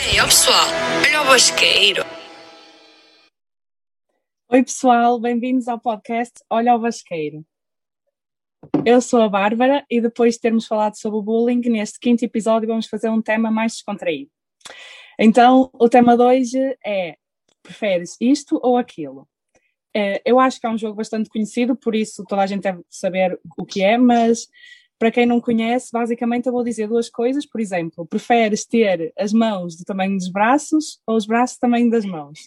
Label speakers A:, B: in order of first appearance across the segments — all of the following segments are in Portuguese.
A: Ei, ó pessoal, olha o basqueiro.
B: Oi pessoal, bem-vindos ao podcast Olha o Basqueiro. Eu sou a Bárbara e depois de termos falado sobre o bullying, neste quinto episódio vamos fazer um tema mais descontraído. Então, o tema de hoje é: preferes isto ou aquilo? Eh, Eu acho que é um jogo bastante conhecido, por isso toda a gente deve saber o que é, mas para quem não conhece, basicamente eu vou dizer duas coisas. Por exemplo, preferes ter as mãos do tamanho dos braços ou os braços do tamanho das mãos?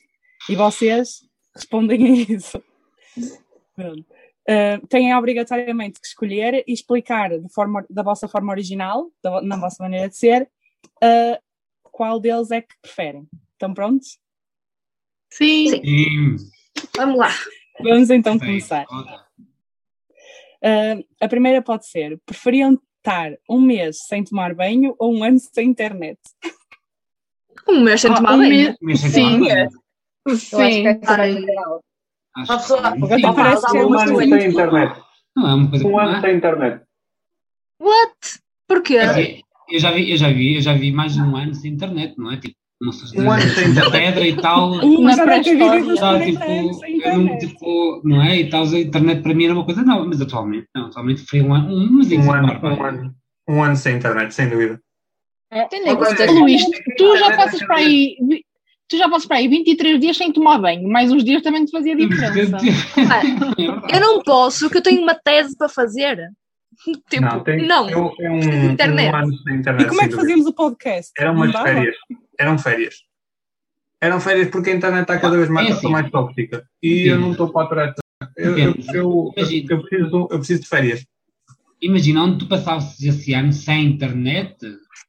B: E vocês respondem a isso. Pronto. Eh, têm obrigatoriamente que escolher e explicar de forma, da vossa forma original, da vo- na vossa maneira de ser, eh, qual deles é que preferem. Estão prontos?
C: Sim.
D: Sim,
C: Vamos lá.
B: Vamos então
D: sim.
B: começar. Ah, a primeira pode ser: preferiam estar um mês sem tomar banho ou um ano sem internet?
C: Um mês sem
B: Ah,
C: tomar
B: um
C: banho.
D: Mas sei
C: Sim.
D: lá, acho
E: Eu acho que
C: Sim.
E: essa vai
C: Ai.
E: geral.
D: que
F: Uma pessoa-
D: sim.
B: Até
C: Sim,
B: parece que é
F: Um
B: uma
F: ano
B: coisa.
F: sem internet.
D: Não é uma coisa
F: Um
D: que
F: ano
D: não é.
F: sem internet.
C: What? Porquê?
D: Quer dizer, Eu já vi, eu já vi, eu já vi mais de um ano sem internet, não é? Tipo, não sei
F: Um ano sem
D: se pedra e tal.
B: Uh,
C: Na
B: já deve ter
C: pré-história,
B: vivido uns 40
D: Já,
B: anos
D: tipo,
B: sem
D: eu não,
B: internet.
D: tipo, não é? E tal, a internet para mim era uma coisa nova, mas atualmente não, atualmente foi um ano, um mesinho
F: Um
D: sem
F: ano,
D: barba.
F: um ano. Um ano sem internet, sem dúvida. é um
E: Tem negócio é
F: Agora,
E: de-
G: Luís, É, tu já passas para aí. vi- Tu já passas para aí 23 dias sem tomar banho, mais uns dias também te fazia diferença.
D: É verdade.
C: Eu não posso, que eu tenho uma tese para fazer. Tipo,
F: não,
C: não.
F: tem, eu- é um,
C: Internet.
F: um ano sem
B: E
F: internet,
B: como é
F: sem
B: que
F: dúvida.
B: fazíamos o podcast?
F: Eram
B: Não
F: umas
B: dava?
F: férias. Eram férias. Eram férias porque a internet está cada vez mais,
D: É assim.
F: mais tóxica. E
D: Sim.
F: eu não estou para atrás. Eu, eu,
D: Sim.
F: eu, eu,
D: Imagino.
F: eu preciso, eu preciso de férias.
D: Imagina onde tu passavas esse ano sem internet,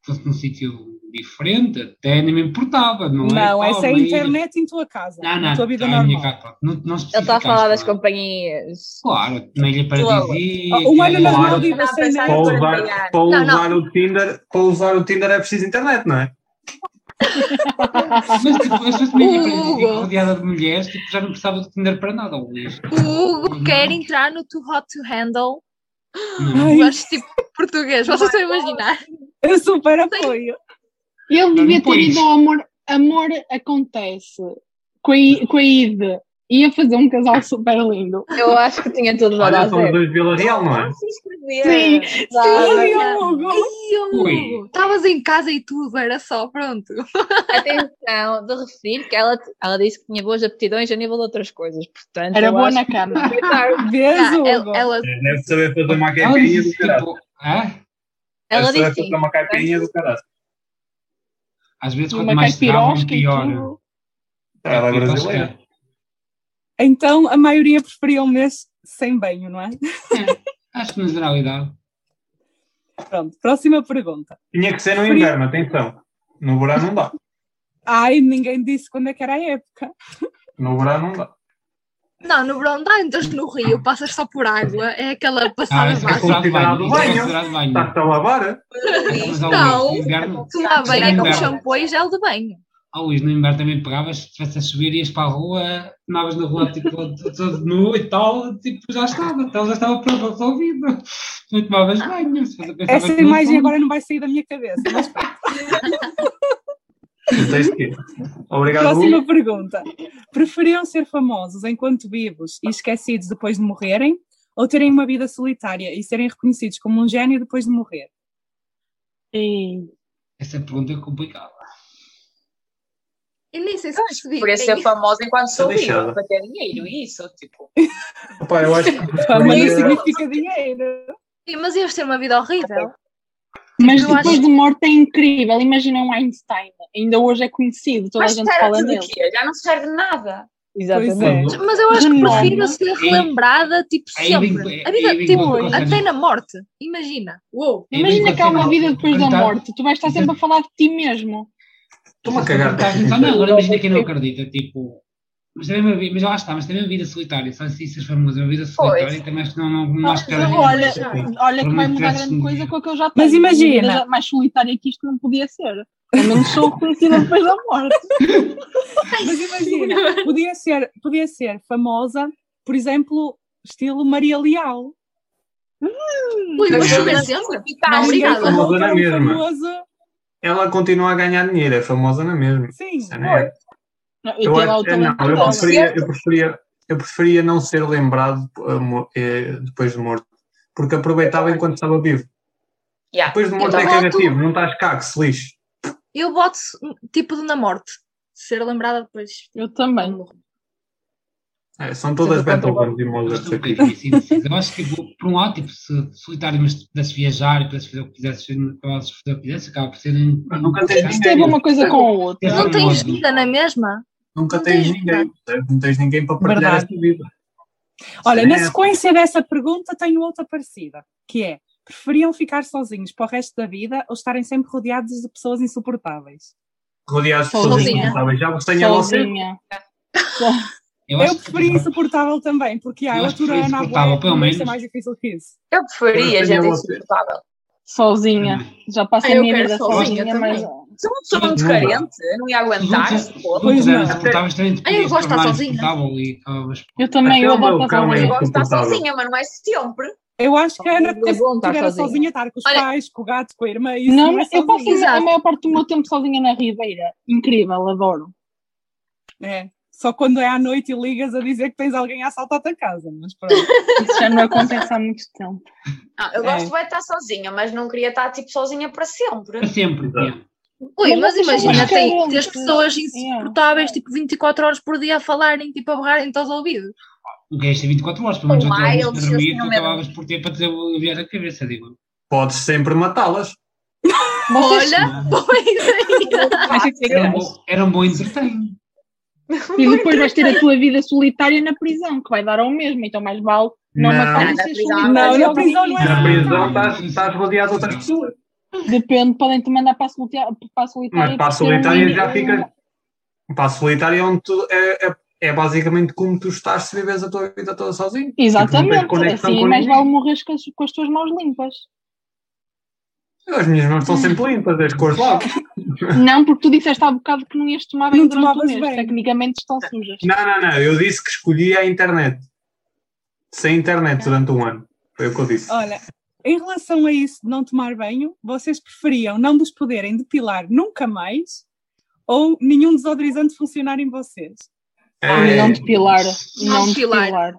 D: fosse num sítio diferente, até nem me importava, não é?
B: Não,
D: Tal,
B: essa é a
D: mas-
B: internet em tua casa,
D: Não, não,
B: na tua vida
D: tá, minha
B: normal.
D: capa. Não, não
E: Ele
C: tá
E: está a falar das
D: especificaste, claro.
E: companhias.
D: Claro, na Ilha Paradisíaca.
B: Ah, um ano nas
F: Claro.
B: Maldivas
E: Não,
B: sem
F: Para
B: net.
E: pensar-
F: usar,
E: trabalhar.
F: para
C: Não, não.
F: usar o Tinder, para usar o Tinder é preciso internet, não é?
D: Mas tipo, eu fosse na Ilha Paradisíaca
C: Hugo.
D: rodeada de mulheres, tipo, já não precisava de Tinder para nada, Luís.
C: O Hugo quer entrar no Too Hot to Handle,
D: Não.
B: Ai,
C: mas tipo português, vocês estão a imaginar.
B: eu super apoio.
G: Ele devia ter
D: Depois.
G: ido ao amor, amor acontece com a, I- com a Ide. Ia fazer um casal super lindo.
E: Eu acho que tinha tudo dado a
F: Olha, são os
E: zero.
F: dois de Vila Real, não é?
E: Sim, é.
H: Ah,
B: Ai,
E: sim.
B: Hugo.
C: Ih, Hugo,
D: Ui.
C: estavas em casa e tudo, era só, pronto.
E: Atenção de referir que ela, ela disse que tinha boas aptidões a nível de outras coisas. Portanto,
G: Era
E: eu
G: boa
E: acho
G: na cama.
E: que ela,
B: Vês,
C: Ah,
B: Hugo?
C: ela, ela-
F: É, Deve saber fazer uma
D: Ela
F: caipirinha
D: disse
F: do caralho.
D: tipo, ah,
E: ela
F: Deve saber
E: disse sim.
F: fazer é uma caipirinha do caralho.
D: às vezes quanto
G: Uma
D: mais se dá, um
G: caipirosca e
D: pior. Tipo,
G: tudo.
F: Ela é
D: Eu acho que
F: brasileira.
B: Então a maioria preferia um mês sem banho, não é?
D: Acho que na generalidade.
B: Pronto, próxima pergunta.
F: Tinha que ser no
B: Frio.
F: inverno, atenção. No verão não dá.
B: Ai, ninguém disse quando é que era a época.
F: No verão não dá.
C: não, no verão dá, entras no rio, passas só por água, é aquela
D: Ah,
C: passada
D: isso é
C: básica.
D: considerado banho. Isso é
F: Banho.
D: considerado banho.
F: Está-te a lavar?
D: Mas, ó,
C: Não.
D: Luís, no inverno-
C: Tu lá
D: Sim,
C: bem é com
D: inverno.
C: shampoo e gel de banho.
D: Ah, Luís, no inverno também pegavas, se estivesse a subir, ias para a rua, andavas na rua tipo, todo, todo nu e tal, tipo, já estava, então já estava pronto, resolvido. Não tomavas banho, se fosse a pensar então,
B: Essa
F: um
D: bem, não
B: imagem
D: tomo.
B: agora não vai sair da minha cabeça. Mas pronto.
F: Tens que ir. Obrigado, Hugo.
B: próxima pergunta. Preferiam ser famosos enquanto vivos e esquecidos depois de morrerem ou terem uma vida solitária e serem reconhecidos como um gênio depois de morrer?
G: E-
D: Essa pergunta é complicada.
C: Eu nem sei se percebi.
E: Por isso ser famosa enquanto sou
F: Deixada.
E: viva, para ter dinheiro, isso. Tipo,
F: Opa, eu acho que
B: Fama não
F: Mas-
B: significa dinheiro.
C: Sim, mas ias ter uma vida horrível.
G: Mas
C: Eu acho-
G: depois de morte é incrível. Imagina um Einstein. Ainda hoje é conhecido, toda
E: mas
G: a gente
E: estar
G: fala
E: tudo
G: nele.
E: aqui, já não serve nada.
B: Exatamente.
F: Pois
C: Mas eu acho que
G: Renova.
C: prefiro ser relembrada, tipo,
D: Aí vem-
C: sempre.
D: aí
C: A vida,
D: vem
C: tipo,
D: outra coisa,
C: até
D: né?
C: na morte. Imagina. Uou.
G: Imagina que há uma vida depois da
D: Acreditar-
G: morte. Tu vais estar sempre a falar de ti mesmo.
F: estou-me a cagar.
D: Então, não, agora imagina quem não acredita, tipo. Mas também uma vida, mas lá está, mas também é uma vida solitária, só se isso famoso, uma vida solitária, também acho que não, não, não acho que era
G: Olha, olha
D: Por
G: que vai
D: muito
G: mudar
D: que
G: grande
D: tivesse
G: coisa com a que eu já tenho.
B: Mas imagina.
G: Uma vida Mais solitária que isto não podia ser. Eu não sou reconhecida depois da morte.
B: Mas imagina, podia ser, podia ser famosa, por exemplo, estilo Maria Leal.
C: Ui, mas
F: Não,
C: sou exemplo.
E: Tá,
C: Não,
B: Ninguém
C: obrigada.
B: falou
F: Famosa na
B: tão
F: mesma.
B: famoso.
F: Ela continua a ganhar dinheiro, é famosa na mesma.
B: Sim,
F: Isso não é-
G: Não, e
F: Eu,
G: tem
F: acho- é,
G: lá o talento
F: não, eu
G: dela.
F: preferia, eu, preferia, eu preferia não ser lembrado eh, mo- eh, depois de morto, porque aproveitava enquanto estava vivo.
E: Yeah.
F: Depois de
G: Então
F: morto
C: Eu
F: é
C: voto-
F: cagativo, não estás cá, que se lixe.
C: Eu boto tipo de na morte. Ser lembrada depois.
G: Eu também.
F: É, são todas
G: Sempre
F: Beethoven e
D: Eu
F: Mozart
D: estou um
F: aqui.
D: bocadinho assim indeciso. Eu acho que, vou, por um lado, tipo, se solitário, mas pudesse viajar e pudesse fazer o que quisesse, pudesse fazer o que quisesse, acaba por ser. um-
F: Mas nunca tens
G: Isto teve
F: ninguém.
G: uma coisa com a outra.
D: Não
C: Não tens
D: morre.
C: vida, não é mesma?
F: Nunca
C: não
F: tens
C: tens
F: ninguém. percebes? Não tens ninguém para partilhar
B: Verdade.
F: esta vida.
B: Olha,
F: Sim,
B: na
F: é.
B: sequência dessa pergunta tenho outra parecida, que é preferiam ficar sozinhos para o resto da vida ou estarem sempre rodeados de pessoas insuportáveis?
F: Rodeados de pessoas
G: Sozinha.
F: insuportáveis. Já vos tenho a você.
G: Sozinha.
D: Eu
B: Eu,
D: acho que. tipo,
B: preferia insuportável também, porque ah,
D: Eu
B: eu
D: acho que
B: aturei
D: foi
B: na
D: insuportável, pelo
B: boa, isto é
D: menos.
B: mais difícil que isso.
E: Eu preferia
F: Eu
E: gente
F: tenho você.
E: insuportável.
G: Sozinha. Já passei
C: Ah,
G: a
C: eu
G: minha
C: quero
G: vida
C: sozinha
G: sozinha, mas.
E: Sou uma pessoa um muito
F: Não.
E: carente, eu não ia aguentar.
D: Se
E: se foda.
B: Pois não.
C: Ah, eu gosto de estar sozinha.
G: Eu também,
F: Até
G: eu
F: o meu
G: adoro estar
F: cão é
E: Eu
G: sozinha.
E: gosto de estar
F: insuportável.
E: sozinha, mas não é sempre.
B: Eu acho que a Ana
E: É bom estar
B: estivera
E: sozinha.
B: sozinha, estar com os
E: Olha-
B: pais, com o gato, com a irmã, isso
G: Não,
B: não é
G: eu passo
B: sozinha.
G: a
C: Exato.
G: maior parte do meu tempo sozinha na Ribeira. Incrível, adoro.
B: É. Só quando é à noite e ligas a dizer que tens alguém a assaltar-te a casa, mas pronto.
G: Isso já não acontece há muito tempo.
E: Ah, eu
B: É.
E: gosto bem de estar sozinha, mas não queria estar tipo sozinha para sempre.
D: Para sempre.
F: Exato.
D: yeah.
C: Ui, mas
G: Mas vocês são
C: imagina,
G: mais
C: tem,
G: carentes.
C: tens pessoas insuportáveis, tipo 24 horas por dia a falarem, tipo a borrarem-te aos ouvidos.
D: O é gajo tem 24 horas, pelo menos
E: O
D: até
E: Miles,
D: horas para dormir,
E: eles
D: tu
E: tinham
D: acabavas por ter para dizer o viagem à cabeça, digo.
F: Podes sempre matá-las.
G: Vocês-
C: Olha, pois aí.
G: Acho que é
D: Era um
G: graça.
D: bom, era um bom entretenho.
G: E depois vais ter a tua vida solitária na prisão, que vai dar ao mesmo, então mais vale não,
F: Não.
G: matar
E: Não, na
G: seres
E: prisão-
G: solitários
B: Não, na prisão não é
F: Na
B: Ah,
F: prisão
D: tá.
F: estás, estás rodeado de outras pessoas.
G: Depende, podem-te mandar para a solitária. Para a
F: Mas
G: solitária,
F: para a
G: por ser
F: solitária
G: um-
F: já fica. Para a solitária é onde tu- é, é, é basicamente como tu estás se vives a tua vida toda sozinho. Porque Tipo, não tens
G: Exatamente,
F: conexão
G: assim
F: com
G: mais
F: ninguém.
G: vale morrer com as, com as tuas mãos limpas.
F: As minhas mãos estão sempre limpas, as cores lá.
G: Não, porque tu disseste há bocado que não ias tomar bem
B: Não
G: durante o
B: tomavas
G: mês.
B: bem.
G: Tecnicamente estão sujas.
F: Não, não, não. Eu disse que escolhi a internet. Sem internet durante um ano. Foi o que eu disse.
G: Ah,
B: Olha, em relação a isso de não tomar banho, vocês preferiam não vos poderem depilar nunca mais ou nenhum desodorizante funcionar em vocês?
G: Ah,
F: É,
G: Não depilar. Não
C: Não depilar.
G: depilar.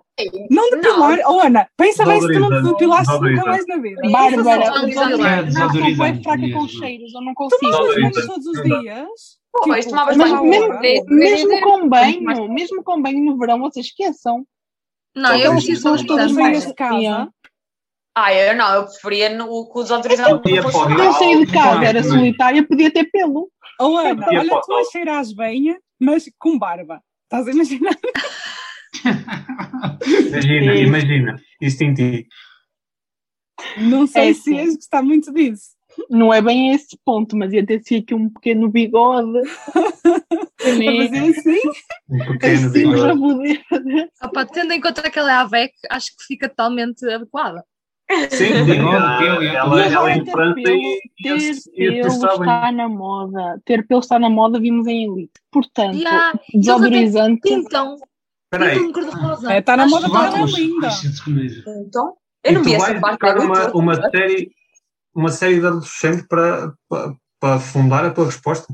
B: Não depilar, oh Ana, pensa bem se tu não te
F: Desodorizante,
B: depilaste nunca
F: desodorizante.
B: mais na vida.
G: Bárbara,
C: Não
G: o
F: É
C: depilar.
G: desodorizante. Não, sou bem
D: Desodorizante
G: fraca com
D: mesmo.
G: os cheiros, eu não consigo.
B: Tomas os banhos
F: Desodorizante.
B: todos os dias? tipo,
E: Pois, tomavas
G: Mas
E: banho
B: é uma
G: mesmo,
B: hora?
C: é,
E: vez.
G: mesmo com banho, mesmo com banho no verão, vocês esqueçam.
C: Não, eu
F: Talvez
C: preciso
F: não.
C: de
B: Todas as
C: autorizar
B: saídas
C: um mais.
B: de casa.
G: Yeah.
E: Ah, eu não, eu preferia no, que os autorizados
F: Eu ia
E: não
F: para o
E: fossem.
G: Se eu saí de casa, era
F: Exatamente.
G: solitária, podia ter pelo.
B: Oh Ana,
F: E a
B: olha,
F: foto?
B: tu a cheiras bem, mas com barba. Estás a imaginar?
F: Imagina, imagina. Isso em ti.
B: Não sei
G: É
B: se
G: assim.
B: ias gostar muito disso.
G: Não é bem a esse ponto, mas ia ter sido aqui um pequeno bigode.
B: Mas
G: Né?
B: eu sim,
F: Um pequeno
G: Assim,
F: bigode.
G: para poder.
C: Opa, tendo em conta que ela é a VEC, acho que fica totalmente adequada.
F: Sim, sim.
D: Bigode, pelo,
F: Ela,
D: é.
F: ela,
G: Mas
F: ela
G: olha,
F: é em
G: ter
F: França
G: pelo,
F: e e
G: Ter
F: eles e
G: pelo
F: eles sabem.
G: está na moda. Ter pelo está na moda, vimos em Elite. Portanto,
C: E há
G: desodorizante.
C: então,
F: Espera aí.
C: então cor-de-rosa.
B: É, tá na
C: Acho
B: moda,
C: que
B: tá
C: vale.
B: na- linda.
E: Então, eu
F: E
E: não
F: tu
E: vi essa
F: vais
H: é
E: parte
F: buscar
E: da
F: uma,
E: luta.
F: uma série uma série de adolescente para, para, para fundar a tua resposta.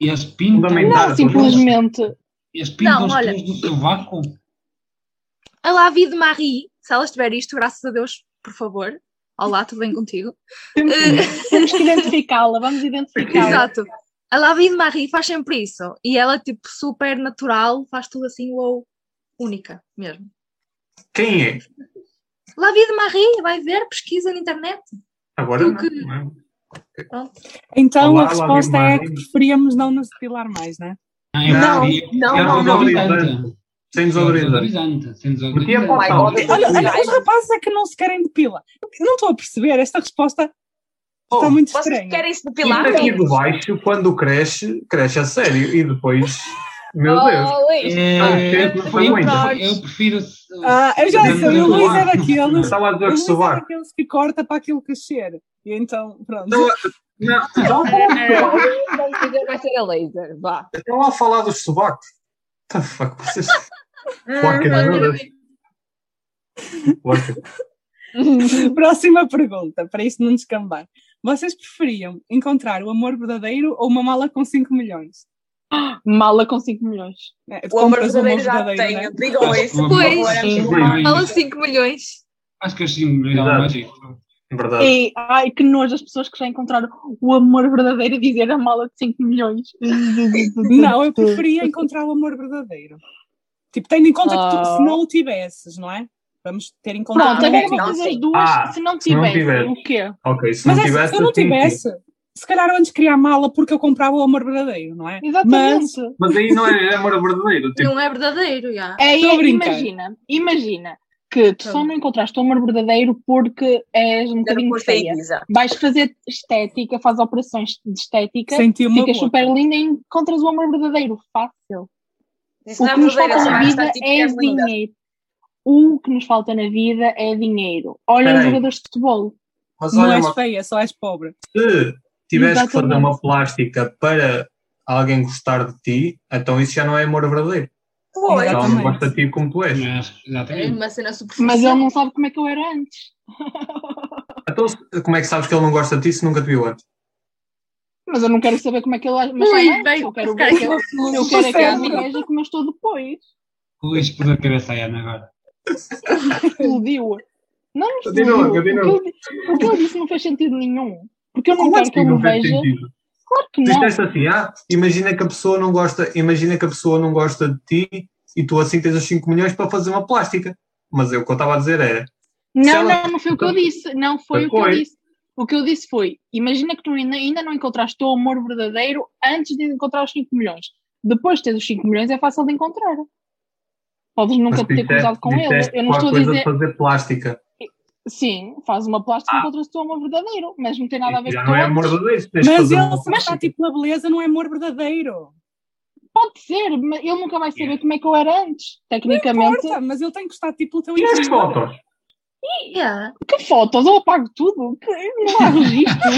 D: E eles pintam.
F: Fundamental.
G: Não,
F: Dar,
G: simplesmente.
D: Eles pintam
C: Não,
D: os
C: olha.
D: pelos do seu vácuo.
C: A Lavi de Marie, se ela estiver isto, graças a Deus, por favor. Olá, tudo bem contigo?
G: Temos,
C: Eh,
G: temos que identificá-la, vamos identificá-la.
C: Exato. A Lavi de Marie faz sempre isso. E ela, tipo, super natural, faz tudo assim, uou, única mesmo.
F: Quem é?
C: Lavi de Marie, vai ver, pesquisa na internet.
F: Agora
C: Tu
F: não,
C: que-
F: não é?
B: Então
F: Olá,
B: a
F: olá,
B: resposta é que
F: Guimarães.
B: preferíamos não nos depilar mais, né?
D: Ah, eu
F: Não,
D: preferia-
E: não,
D: era
F: não,
D: um
F: não.
D: desodorizante.
F: sem é desodorizante.
D: Desodorizante. Sem
F: Metia
D: desodorizante.
F: para o
E: my
F: tal.
E: God.
B: Olha,
F: Ah,
B: olha, os rapazes é que não se querem depilar. Não estou a perceber, esta resposta
F: Oh,
B: está muito
E: Vocês
B: estranha.
E: querem se
F: Isto
E: depilar?
F: aqui de baixo, quando cresce, cresce a sério. E depois, meu Deus.
E: Oh, Luís.
D: É,
F: Ah, gente, não foi
D: eu,
F: muito.
D: eu prefiro. se-
B: Ah, eu já
D: Não,
B: sei, o
D: não,
B: Luís
D: não.
B: é daqueles.
F: Estava a
B: O
F: dizer que
B: Luís é
F: sovaco.
B: daqueles que corta para aquilo crescer. E então, pronto.
F: Não, não, não,
E: Vamos dizer, vai ser a laser. Vá.
F: Estão lá a falar dos sovacos. What the fuck? Vocês. Porca de merda. Porca.
B: Próxima pergunta, para isso não descambar. Vocês preferiam encontrar o amor verdadeiro ou uma mala com 5 milhões?
G: Mala com 5 milhões.
B: É, tu
H: O amor
B: compras um
H: verdadeiro já tenho.
B: né?
H: Digam isso. por
C: Pois.
H: favor, amigos.
C: Fala 5 milhões.
D: Acho que assim, melhor
F: Exato.
D: mágico.
F: Verdade.
G: E, ai, que nojo as pessoas que já encontraram o amor verdadeiro a dizer a mala de 5 milhões.
B: Não, eu preferia encontrar o amor verdadeiro. Tipo, tendo em conta que tu,
G: Oh.
B: se não o tivesses, não é? Vamos ter em conta.
G: Pronto,
B: que não
G: agora
B: o tivesses.
G: vão fazer as duas.
F: Ah,
G: se não
F: se não
G: tivesse,
F: tiver.
G: o quê?
F: Ok, se
B: Mas
F: não
B: é,
F: tivesse.
B: se eu não
F: tinha que ir.
B: tivesse, se calhar eu antes queria a mala porque eu comprava o amor verdadeiro, não é? Mas
G: Exatamente.
F: Mas aí não é amor verdadeiro. Tipo,
C: Não é verdadeiro, já.
G: É,
B: Estou a
G: é,
B: brincar.
G: imagina, imagina que tu só
C: Pronto.
G: não encontraste o amor verdadeiro porque és um
H: Era
G: bocadinho
H: por ter
G: feia.
H: Ibiza.
G: Vais fazer estética, faz operações de estética,
B: senti uma
G: ficas
B: boa.
G: super linda e encontras o amor verdadeiro. Fácil.
H: Isso
G: O
H: não é
G: que nos
H: verdadeiro,
G: falta
H: só
G: na
H: basta
G: vida
H: tipo
G: é
H: teres linda.
G: dinheiro. O que nos falta na vida é dinheiro. Olha
F: Peraí.
G: os jogadores de futebol.
F: mas
B: Não
F: olha,
B: és
F: uma,
B: feia, só és pobre.
F: se tivesse que fazer
G: Exatamente.
F: uma plástica para alguém gostar de ti, então isso já não é amor verdadeiro.
H: Pois.
F: Ela não
B: Exatamente.
F: gosta de ti como tu és.
D: Mas,
C: É
D: Exatamente.
C: uma cena superficial.
G: Mas ele não sabe como é que eu era antes.
F: Então, se- como é que sabes que ele não gosta de ti se nunca te viu antes?
G: Mas eu não quero saber como é que ele era
C: Ui,
G: antes.
C: bem,
G: eu quero
C: ficar
G: ver que ele- eu quero é que ele
B: Sossego.
G: me veja como eu estou depois.
D: Luís, por a cabeça a Ana agora.
G: explodiu. Não me explodiu.
F: Continua,
G: O que,
F: continua.
G: eu, di- o que eu disse não fez sentido nenhum. Porque eu não
F: Como
G: quero é que
F: assim
G: ele me
F: não fez
G: Então, veja.
F: sentido?
G: Claro que não.
F: Disseste assim, ah, imagina que a pessoa não gosta, imagina que a pessoa não gosta de ti e tu assim tens os 5 milhões para fazer uma plástica. Mas eu, o que eu estava a dizer é,
G: Não,
F: ela-
G: não, não foi o que eu disse. Não foi o que eu
F: Então, Foi.
G: disse. O que eu disse foi: imagina que tu ainda, ainda não encontraste o amor verdadeiro antes de encontrar os 5 milhões. Depois de teres os 5 milhões é fácil de encontrar. Podes
F: mas
G: nunca te ter
F: disseste-
G: cruzado com ele.
F: disseste
G: Eu não estou a
F: qualquer coisa
G: dizer,
F: de fazer plástica.
G: sim, faz uma plástica e
F: Ah.
G: encontras o teu amor verdadeiro, mas não tem nada a ver
F: Já
G: com
F: não é amor
G: antes.
F: verdadeiro. se tens de
B: Mas
F: fazer
B: ele
F: uma
B: se está
F: plástica.
B: tipo na beleza, não é amor verdadeiro.
G: Pode ser, mas ele nunca vai saber como é que eu era antes. Tecnicamente,
B: Porta, mas ele tem que gostar tipo do teu
F: Tiveste
B: interior.
F: fotos.
C: Yeah.
G: Que fotos? Eu apago tudo. Que- Não há registro.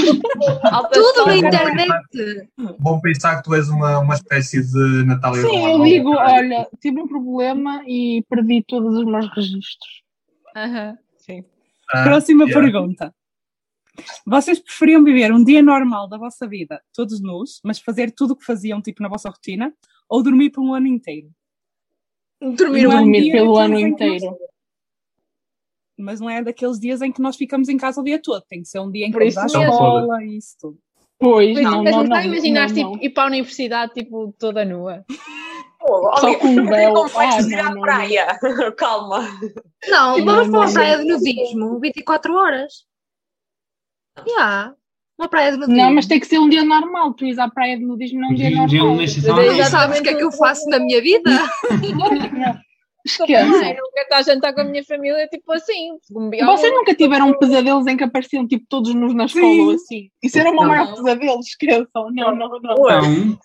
C: Tudo na
F: Sim.
C: internet.
F: Vão pensar que tu és uma, uma espécie de Natália
G: Sim, eu
F: Romanoff.
G: digo, olha, tive um problema e perdi todos os meus registros.
E: Aham, Sim.
F: Ah,
B: Próxima
F: yeah.
B: pergunta. Vocês preferiam viver um dia normal da vossa vida, todos nus, mas fazer tudo o que faziam tipo na vossa rotina, ou dormir por um ano inteiro?
C: Dormir
B: Não
C: um
B: é um
G: dormir
B: dia
G: pelo
B: daqueles
G: ano
B: em que nós-
G: inteiro.
B: Mas não é daqueles dias em que nós ficamos em casa o dia todo. Tem que ser um dia em que
E: Por
B: vamos à
E: isso
F: mesmo.
B: escola e isso tudo.
G: Pois,
E: Mas
G: não,
E: mas
G: não,
E: não,
G: não.
E: imaginar
G: não, não.
E: tipo, ir para a universidade tipo, toda nua.
G: Só com um véu.
H: Como
G: Ah,
H: vais ir
G: não,
H: à
G: não,
H: praia? Calma.
C: Não,
G: Não,
C: vamos para Tipo, uma
G: não.
C: praia de nudismo 24 horas. Já. Uma praia de nudismo.
G: Não, mas tem que ser um dia normal. Tu ires à praia de nudismo não é um dia
D: Gil- Gil
G: normal.
D: neste
E: Mas
C: Não
D: salão.
E: exatamente
C: sabes o que é que eu faço na minha vida?
E: Também,
G: um Esquece.
E: eu nunca estou a jantar com a minha família, tipo assim. Um biólogo.
G: Vocês nunca tiveram pesadelos em que apareciam tipo todos nus na escola
B: Sim.
G: ou assim? Isso era o meu
F: Não.
G: maior pesadelo, esqueçam. Não, não, não.
D: Então,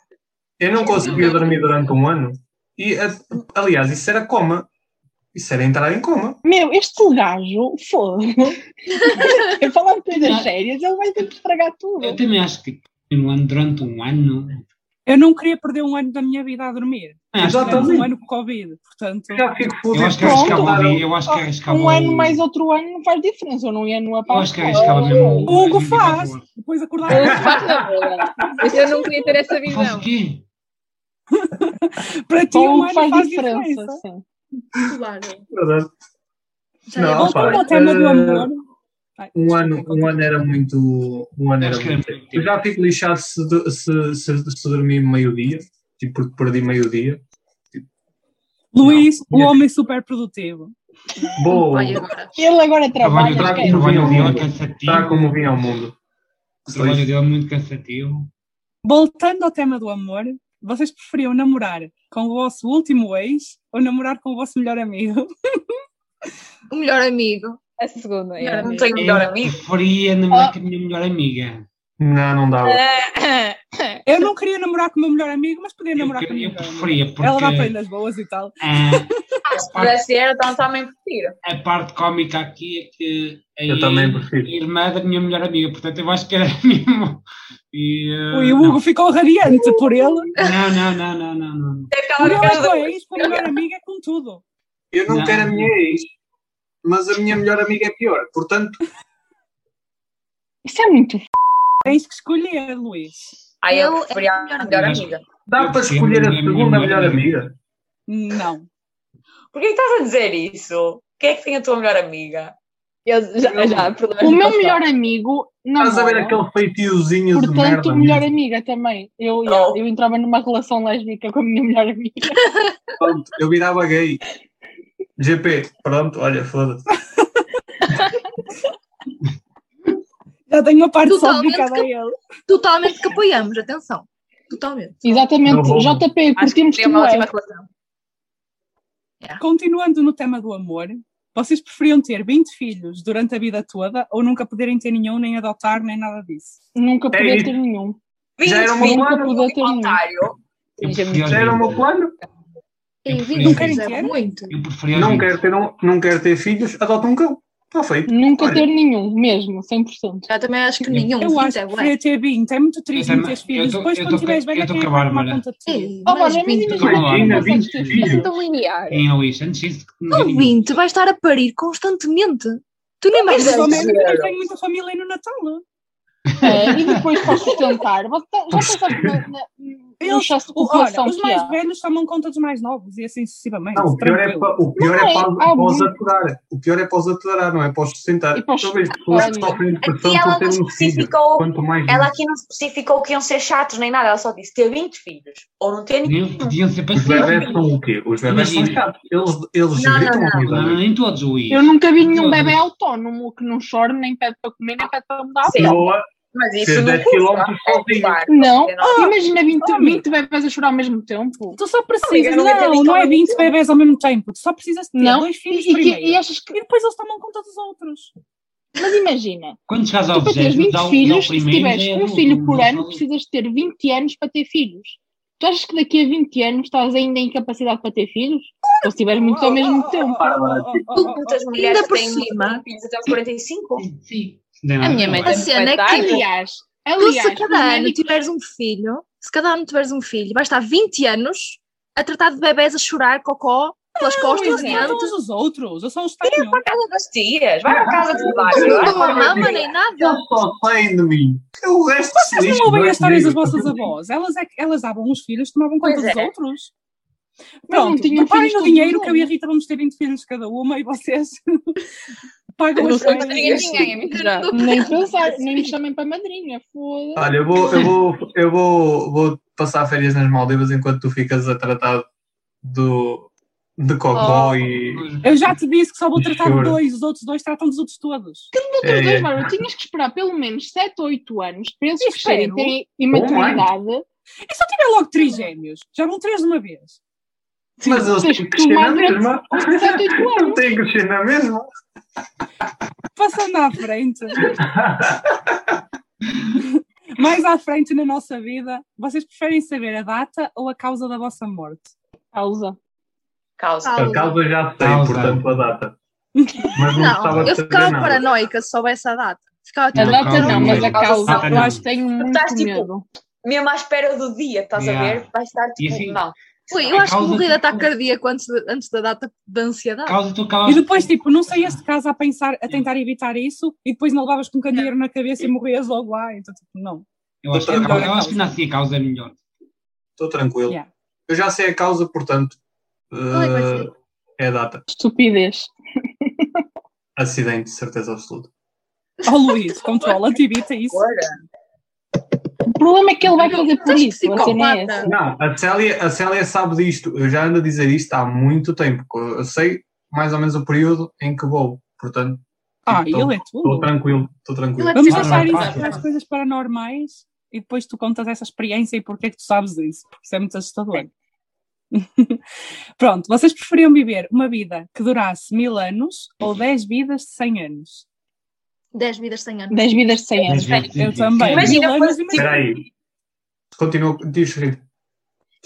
F: Eu não conseguia dormir durante um ano. E, a- aliás, isso era coma. Isso era entrar em coma.
G: Meu, este gajo, fogo. Eu falando coisas sérias, ele vai ter que estragar
D: eu
G: tudo.
D: também acho que um ano, durante um ano.
B: Eu não queria perder um ano da minha vida a dormir.
D: Acho que- é
B: Tivemos um
F: Exatamente.
B: ano com Covid, portanto.
G: É.
F: Eu Já fico
D: Eu acho que é
F: fodido.
D: arriscava
G: Pronto.
D: ali. Eu acho que é arriscava
G: Um ano
D: ali-
G: mais outro ano não faz diferença. Eu não ia nua
D: Eu
G: para a
F: é
D: acho que é
G: escola.
D: arriscava mesmo.
B: um Hugo faz. Depois acordar.
E: Eu faço na boa. Mas eu não queria ter essa
D: Faz
E: visão.
D: o quê?
B: Para ti,
G: Só
B: um
G: o
B: ano
G: que faz diferença. sim.
C: Claro.
F: Verdade.
C: Já
F: Não,
C: é.
B: Voltando
F: pá,
B: ao tema do
F: eh,
B: amor. Ai,
F: Um
B: desculpa,
F: ano, um
B: continua.
F: ano era muito. Um ano
D: Eu
F: era
D: acho que era
F: muito.
D: muito
F: Eu
D: tempo.
F: já fico lixado se, do- se, se, se dormi meio-dia. Tipo, porque perdi meio-dia.
B: Luís, o
F: Não.
B: homem super produtivo.
F: Boa!
C: Olha agora.
G: Ele agora
D: Trabalho
F: Trabalho
G: trabalha.
D: dele-
G: esquece.
D: trabalho dele é
F: Está
D: cansativo.
F: como vim ao mundo.
D: O trabalho dele é muito cansativo.
B: Voltando ao tema do amor, vocês preferiam namorar com o vosso último ex ou namorar com o vosso melhor amigo?
C: O melhor amigo.
E: A segunda. é a
C: Não
H: Não
E: mesma.
H: tenho melhor
D: Eu
H: amigo.
D: Preferia
G: Ah.
D: namorar com a minha melhor amiga.
F: Não, não dava.
G: É.
B: Eu não queria namorar com o meu melhor amigo, mas podia
D: Eu,
B: namorar com o
D: eu,
B: meu
D: eu
B: melhor amigo.
D: preferia, porque
B: Ela dá prendas boas e tal.
D: ah,
H: Ah, se pudesse era, então também prefiro.
D: a, parte cómica aqui é que a,
F: Eu também prefiro.
D: a irmã da minha melhor amiga, portanto eu acho que era mesmo. E, ah,
B: E o Hugo ficou radiante por ele.
D: não, não, não, não, não, não, não.
H: Tem
B: Por
H: aquela
B: ele é
H: casa
B: com
H: da
B: ex, com a melhor amiga é com tudo.
F: Eu não,
D: Não.
F: quero a minha ex. mas a minha melhor amiga é pior. Portanto,
G: Isso é muito
B: Tens que escolher, Luís.
H: Aí
C: Eu-
H: eu preferia
C: é
H: a
C: melhor
H: melhor
D: amiga.
H: amiga.
F: dá
D: Eu
F: para
D: defendo
F: escolher
D: a
F: a
D: minha
F: segunda
D: melhor
F: melhor
D: amiga.
F: amiga.
B: Não.
H: Por que estás a dizer isso? Quem é que tem a tua melhor amiga?
E: Eu já, já, problemas
G: O
E: de
G: meu
E: passado.
G: melhor amigo não.
F: Estás a ver aquele feitiozinho de merda.
G: Portanto, melhor amiga também. Eu,
H: Oh.
G: eu entrava numa relação lésbica com a minha melhor amiga.
F: Pronto, eu virava gay. GP, pronto, olha, foda-se.
B: Já tenho uma parte só
C: Totalmente
B: dedicada a
C: que-
B: ele.
C: Totalmente que apoiamos, atenção. Totalmente.
G: Exatamente.
F: Não vou.
G: JP,
H: Acho que
G: curtimos
H: seria uma
G: tu
H: ótima
G: é.
H: relação.
B: Continuando no tema do amor, vocês preferiam ter 20 filhos durante a vida toda ou nunca poderem ter nenhum, nem adotar, nem nada disso?
G: Nunca podia
F: É isso.
G: ter nenhum.
F: Já era uma
G: Nunca
F: plana.
G: podia ter nenhum.
H: Otário.
D: Eu preferia
F: Já era o meu
D: os 20.
F: plano.
C: E
D: Eu
C: vinte
B: quero
C: quilos é
B: dizer.
C: muito.
D: Eu preferia os
F: Não
D: 20.
F: quero ter, um, não quero ter filhos, adota um cão. Está feito.
G: Nunca
F: Olha.
G: ter nenhum, mesmo, 100%.
C: Já também acho que nenhum.
B: Eu
C: vinte
B: acho
C: é
B: que
C: bué.
B: preferia ter 20. É muito triste
D: Eu
B: não
D: também-
B: teres filhos.
D: eu tô-
B: Depois,
D: eu
B: quando
D: tô
B: tiveres
D: ca-
B: velha,
D: eu tô
B: quem é que
D: acabar,
B: vai tomar
D: Mara.
B: conta de ti?
C: Ei,
G: Oh,
C: mais
G: Bárbara, mas
C: vinte.
G: imagina
D: Olá,
G: que assim, não
D: Ana,
G: consegues
F: 20
G: ter
F: filhos.
G: filhos.
E: Estão a liar.
D: Em Luís, antes disso, que ninguém-
C: Oh, vinte, vais estar a parir constantemente. Tu nem mais
H: Mas
B: Mas ao
H: vamos-
C: sabes.
B: mesmo tempo
H: zero.
B: tenho muita família aí no Natal.
G: É, e depois para sustentar. Você tá- Já pensaste na, na, no
B: Eles,
G: excesso de
B: o- olha,
G: população
B: os
G: que
B: mais
G: há?
B: velhos tomam conta dos mais novos e assim sucessivamente.
F: Não, o pior é
B: Tranquilo.
F: para, o pior
G: Não,
F: é
G: é-
F: para,
G: há
F: para os
G: muito.
F: aturar. O pior é para os aturar, não é para os sustentar.
G: E para os-
F: Eu vejo pessoas que
G: Olha,
F: sofrem de pressão
H: aqui ela
F: por ter
H: não
F: um filho.
H: especificou.
F: Quanto mais.
H: Ela aqui não especificou que iam ser chatos nem nada, ela só disse ter 20 filhos ou não ter
D: Podiam,
H: nenhum.
D: podiam ser
F: Os é bebés
D: pacientes.
F: são o quê? Os bebés são
D: Imagina.
F: chatos. Eles, eles
H: Não, não,
F: gritam a
D: Não,
F: vida.
D: nem todos, Luís.
G: Eu nunca vi nenhum
D: Todos.
G: bebê autónomo que não chore, nem pede para comer, nem pede para mudar a
H: Sim.
G: fralda.
F: Boa,
H: Mas isso
F: Fez
H: não
F: 10
H: custa.
F: quilómetros
H: É
F: sozinho.
H: claro.
G: Não,
H: Eu não-
G: imagina 20,
B: Homem.
G: 20 bebés a chorar ao mesmo tempo.
B: Tu só
H: Amiga,
B: precisas.
H: não
B: Não,
H: ia ter
B: não,
H: nem
B: é
H: como
B: 20
H: dizer.
B: bebés ao mesmo tempo. Tu só precisas ter
G: Não,
B: dois
G: E,
B: filhos
G: e, que-
B: primeiro.
G: e achas que.
B: E depois eles tomam conta dos outros.
G: Mas imagina,
D: Quando chegares ao
G: tu para teres
D: vigésimo,
G: 20
D: dá o- dá o
G: filhos, se
D: primeiro,
G: tiveres
D: já é
G: um
D: adulto,
G: filho por
D: não
G: ano,
D: fala-
G: precisas ter 20 anos para ter filhos. Tu achas que daqui a 20 anos estás ainda em capacidade para ter filhos? Ou se tiver muitos ao mesmo tempo?
H: Muitas mulheres
C: Ah, Ainda por
H: têm
C: cima.
H: filhos até aos 45.
D: Sim. Não,
E: A minha mãe
D: não é.
C: A
E: também
C: cena é
E: vai
C: que
E: dar.
C: tipo,
G: Aliás,
C: tu se
G: aliás, os
C: cada ano
G: médicos,
C: tiveres um filho, se cada ano tiveres um filho, vais estar 20 anos a tratar de bebés a chorar cocó pelas costas,
B: Eles
C: dentro.
B: matam uns os outros. Eu só os tenho.
H: casa das tias, É vai para a casa de
C: Tu
H: baixo. vai
C: não
H: para a
C: a
H: casa de
C: mama
H: baixo.
C: nem nada.
F: eles só saem de mim. Eu resto
B: Vocês não ouvem as histórias das vossas avós? Elas, é que- elas davam os filhos, tomavam conta
H: Pois é.
B: dos outros.
G: Mas não
B: Pronto,
G: tinham
B: preparem
G: filhos
B: o dinheiro
G: todos
B: que eu e a Rita vamos ter 20 filhos cada uma e vocês pagam
E: Não
B: os
E: sou
B: filhos.
E: madrinha de ninguém, amigo, já.
G: Tipo, nem pensar, nem me chamem para madrinha, foda-se.
F: Olha, eu vou, eu vou, eu vou, vou passar férias nas Maldivas enquanto tu ficas a tratar do, de cocó
C: Oh.
F: e.
B: Eu já te disse que só vou tratar de
F: Choro.
B: dois, os outros dois tratam dos outros todos.
G: Outros
F: É.
G: dois, Bárbara, tinhas que esperar pelo menos 7 ou 8 anos para eles crescerem e
B: Espero.
G: terem
F: Um
G: imaturidade.
B: E se eu tiver logo três gêmeos? Já vão três de uma vez.
F: Mas eles
G: Tens
F: têm
G: que
F: que crescer na
G: tomar durante
F: mesma.
G: 7, 8
F: Não
G: anos.
F: têm que crescer na mesma.
B: Passando à frente. Mais à frente na nossa vida, vocês preferem saber a data ou a causa da vossa morte?
G: Pausa.
C: Ah,
H: Causa.
F: A causa já sei,
D: Causa.
F: portanto, a data. Mas não,
C: Não,
F: gostava
C: eu
F: de saber
C: ficava
F: nada.
C: paranoica se soubesse a data. Ficava
G: A
C: tipo,
D: Não,
G: data
D: calma,
G: não, mas a
D: não.
G: causa.
D: Data
G: Eu
D: não.
G: acho que tenho muito
H: Estás, tipo,
G: medo.
H: Mesmo à espera do dia, estás a
D: Yeah.
H: ver? Vai estar
D: E
H: tipo,
D: assim-
H: não.
C: ui,
D: a
C: eu acho que
D: causa
C: morri de
D: tipo-
C: ataque cardíaco antes, de- antes da data de ansiedade.
D: Causa tu acabas.
B: E depois, tipo, não sei este caso a pensar, a tentar evitar isso, e depois não levavas com um candeeiro na cabeça e morrias logo lá. Então, tipo, não.
D: Eu acho que
F: Então,
D: a causa-
B: é
D: eu acho que
B: causa.
D: não assim a causa é melhor.
F: Estou tranquilo.
B: Yeah.
F: Eu já sei a causa, portanto.
C: é que vai
F: eh,
C: ser?
F: é a data.
G: Estupidez.
F: Acidente, certeza absoluta.
B: Ó Oh, Luís, controla-te, evita isso.
H: Agora.
G: O problema é que ele vai fazer por
C: Estás
G: isso. A cena é essa.
C: psicopata.
F: Não, a Célia, a Célia sabe disto. Eu já ando a dizer isto há muito tempo. Eu sei mais ou menos o período em que vou. Portanto,
B: Ah,
F: Então,
B: ele é
F: estou
B: tudo.
F: tranquilo. Estou tranquilo.
C: Ele é
B: Vamos
C: Claro,
B: deixar
D: claro,
B: isso
D: claro.
B: para as coisas paranormais e depois tu contas essa experiência e porque é que tu sabes isso, porque isso é muito assustador. Pronto, vocês preferiam viver uma vida que durasse mil anos ou dez vidas de 100 anos?
C: 10 vidas sem anos.
G: 10 vidas de 100 anos.
B: É, Eu também.
D: Mas,
H: Imagina,
B: mil
H: fosse
B: anos e mil
F: Espera aí. Continua. Diz, Rita.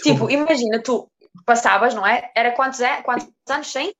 H: Tipo,
F: Desculpa.
H: imagina, tu passavas, não é? Era quantos, é? quantos anos? 100?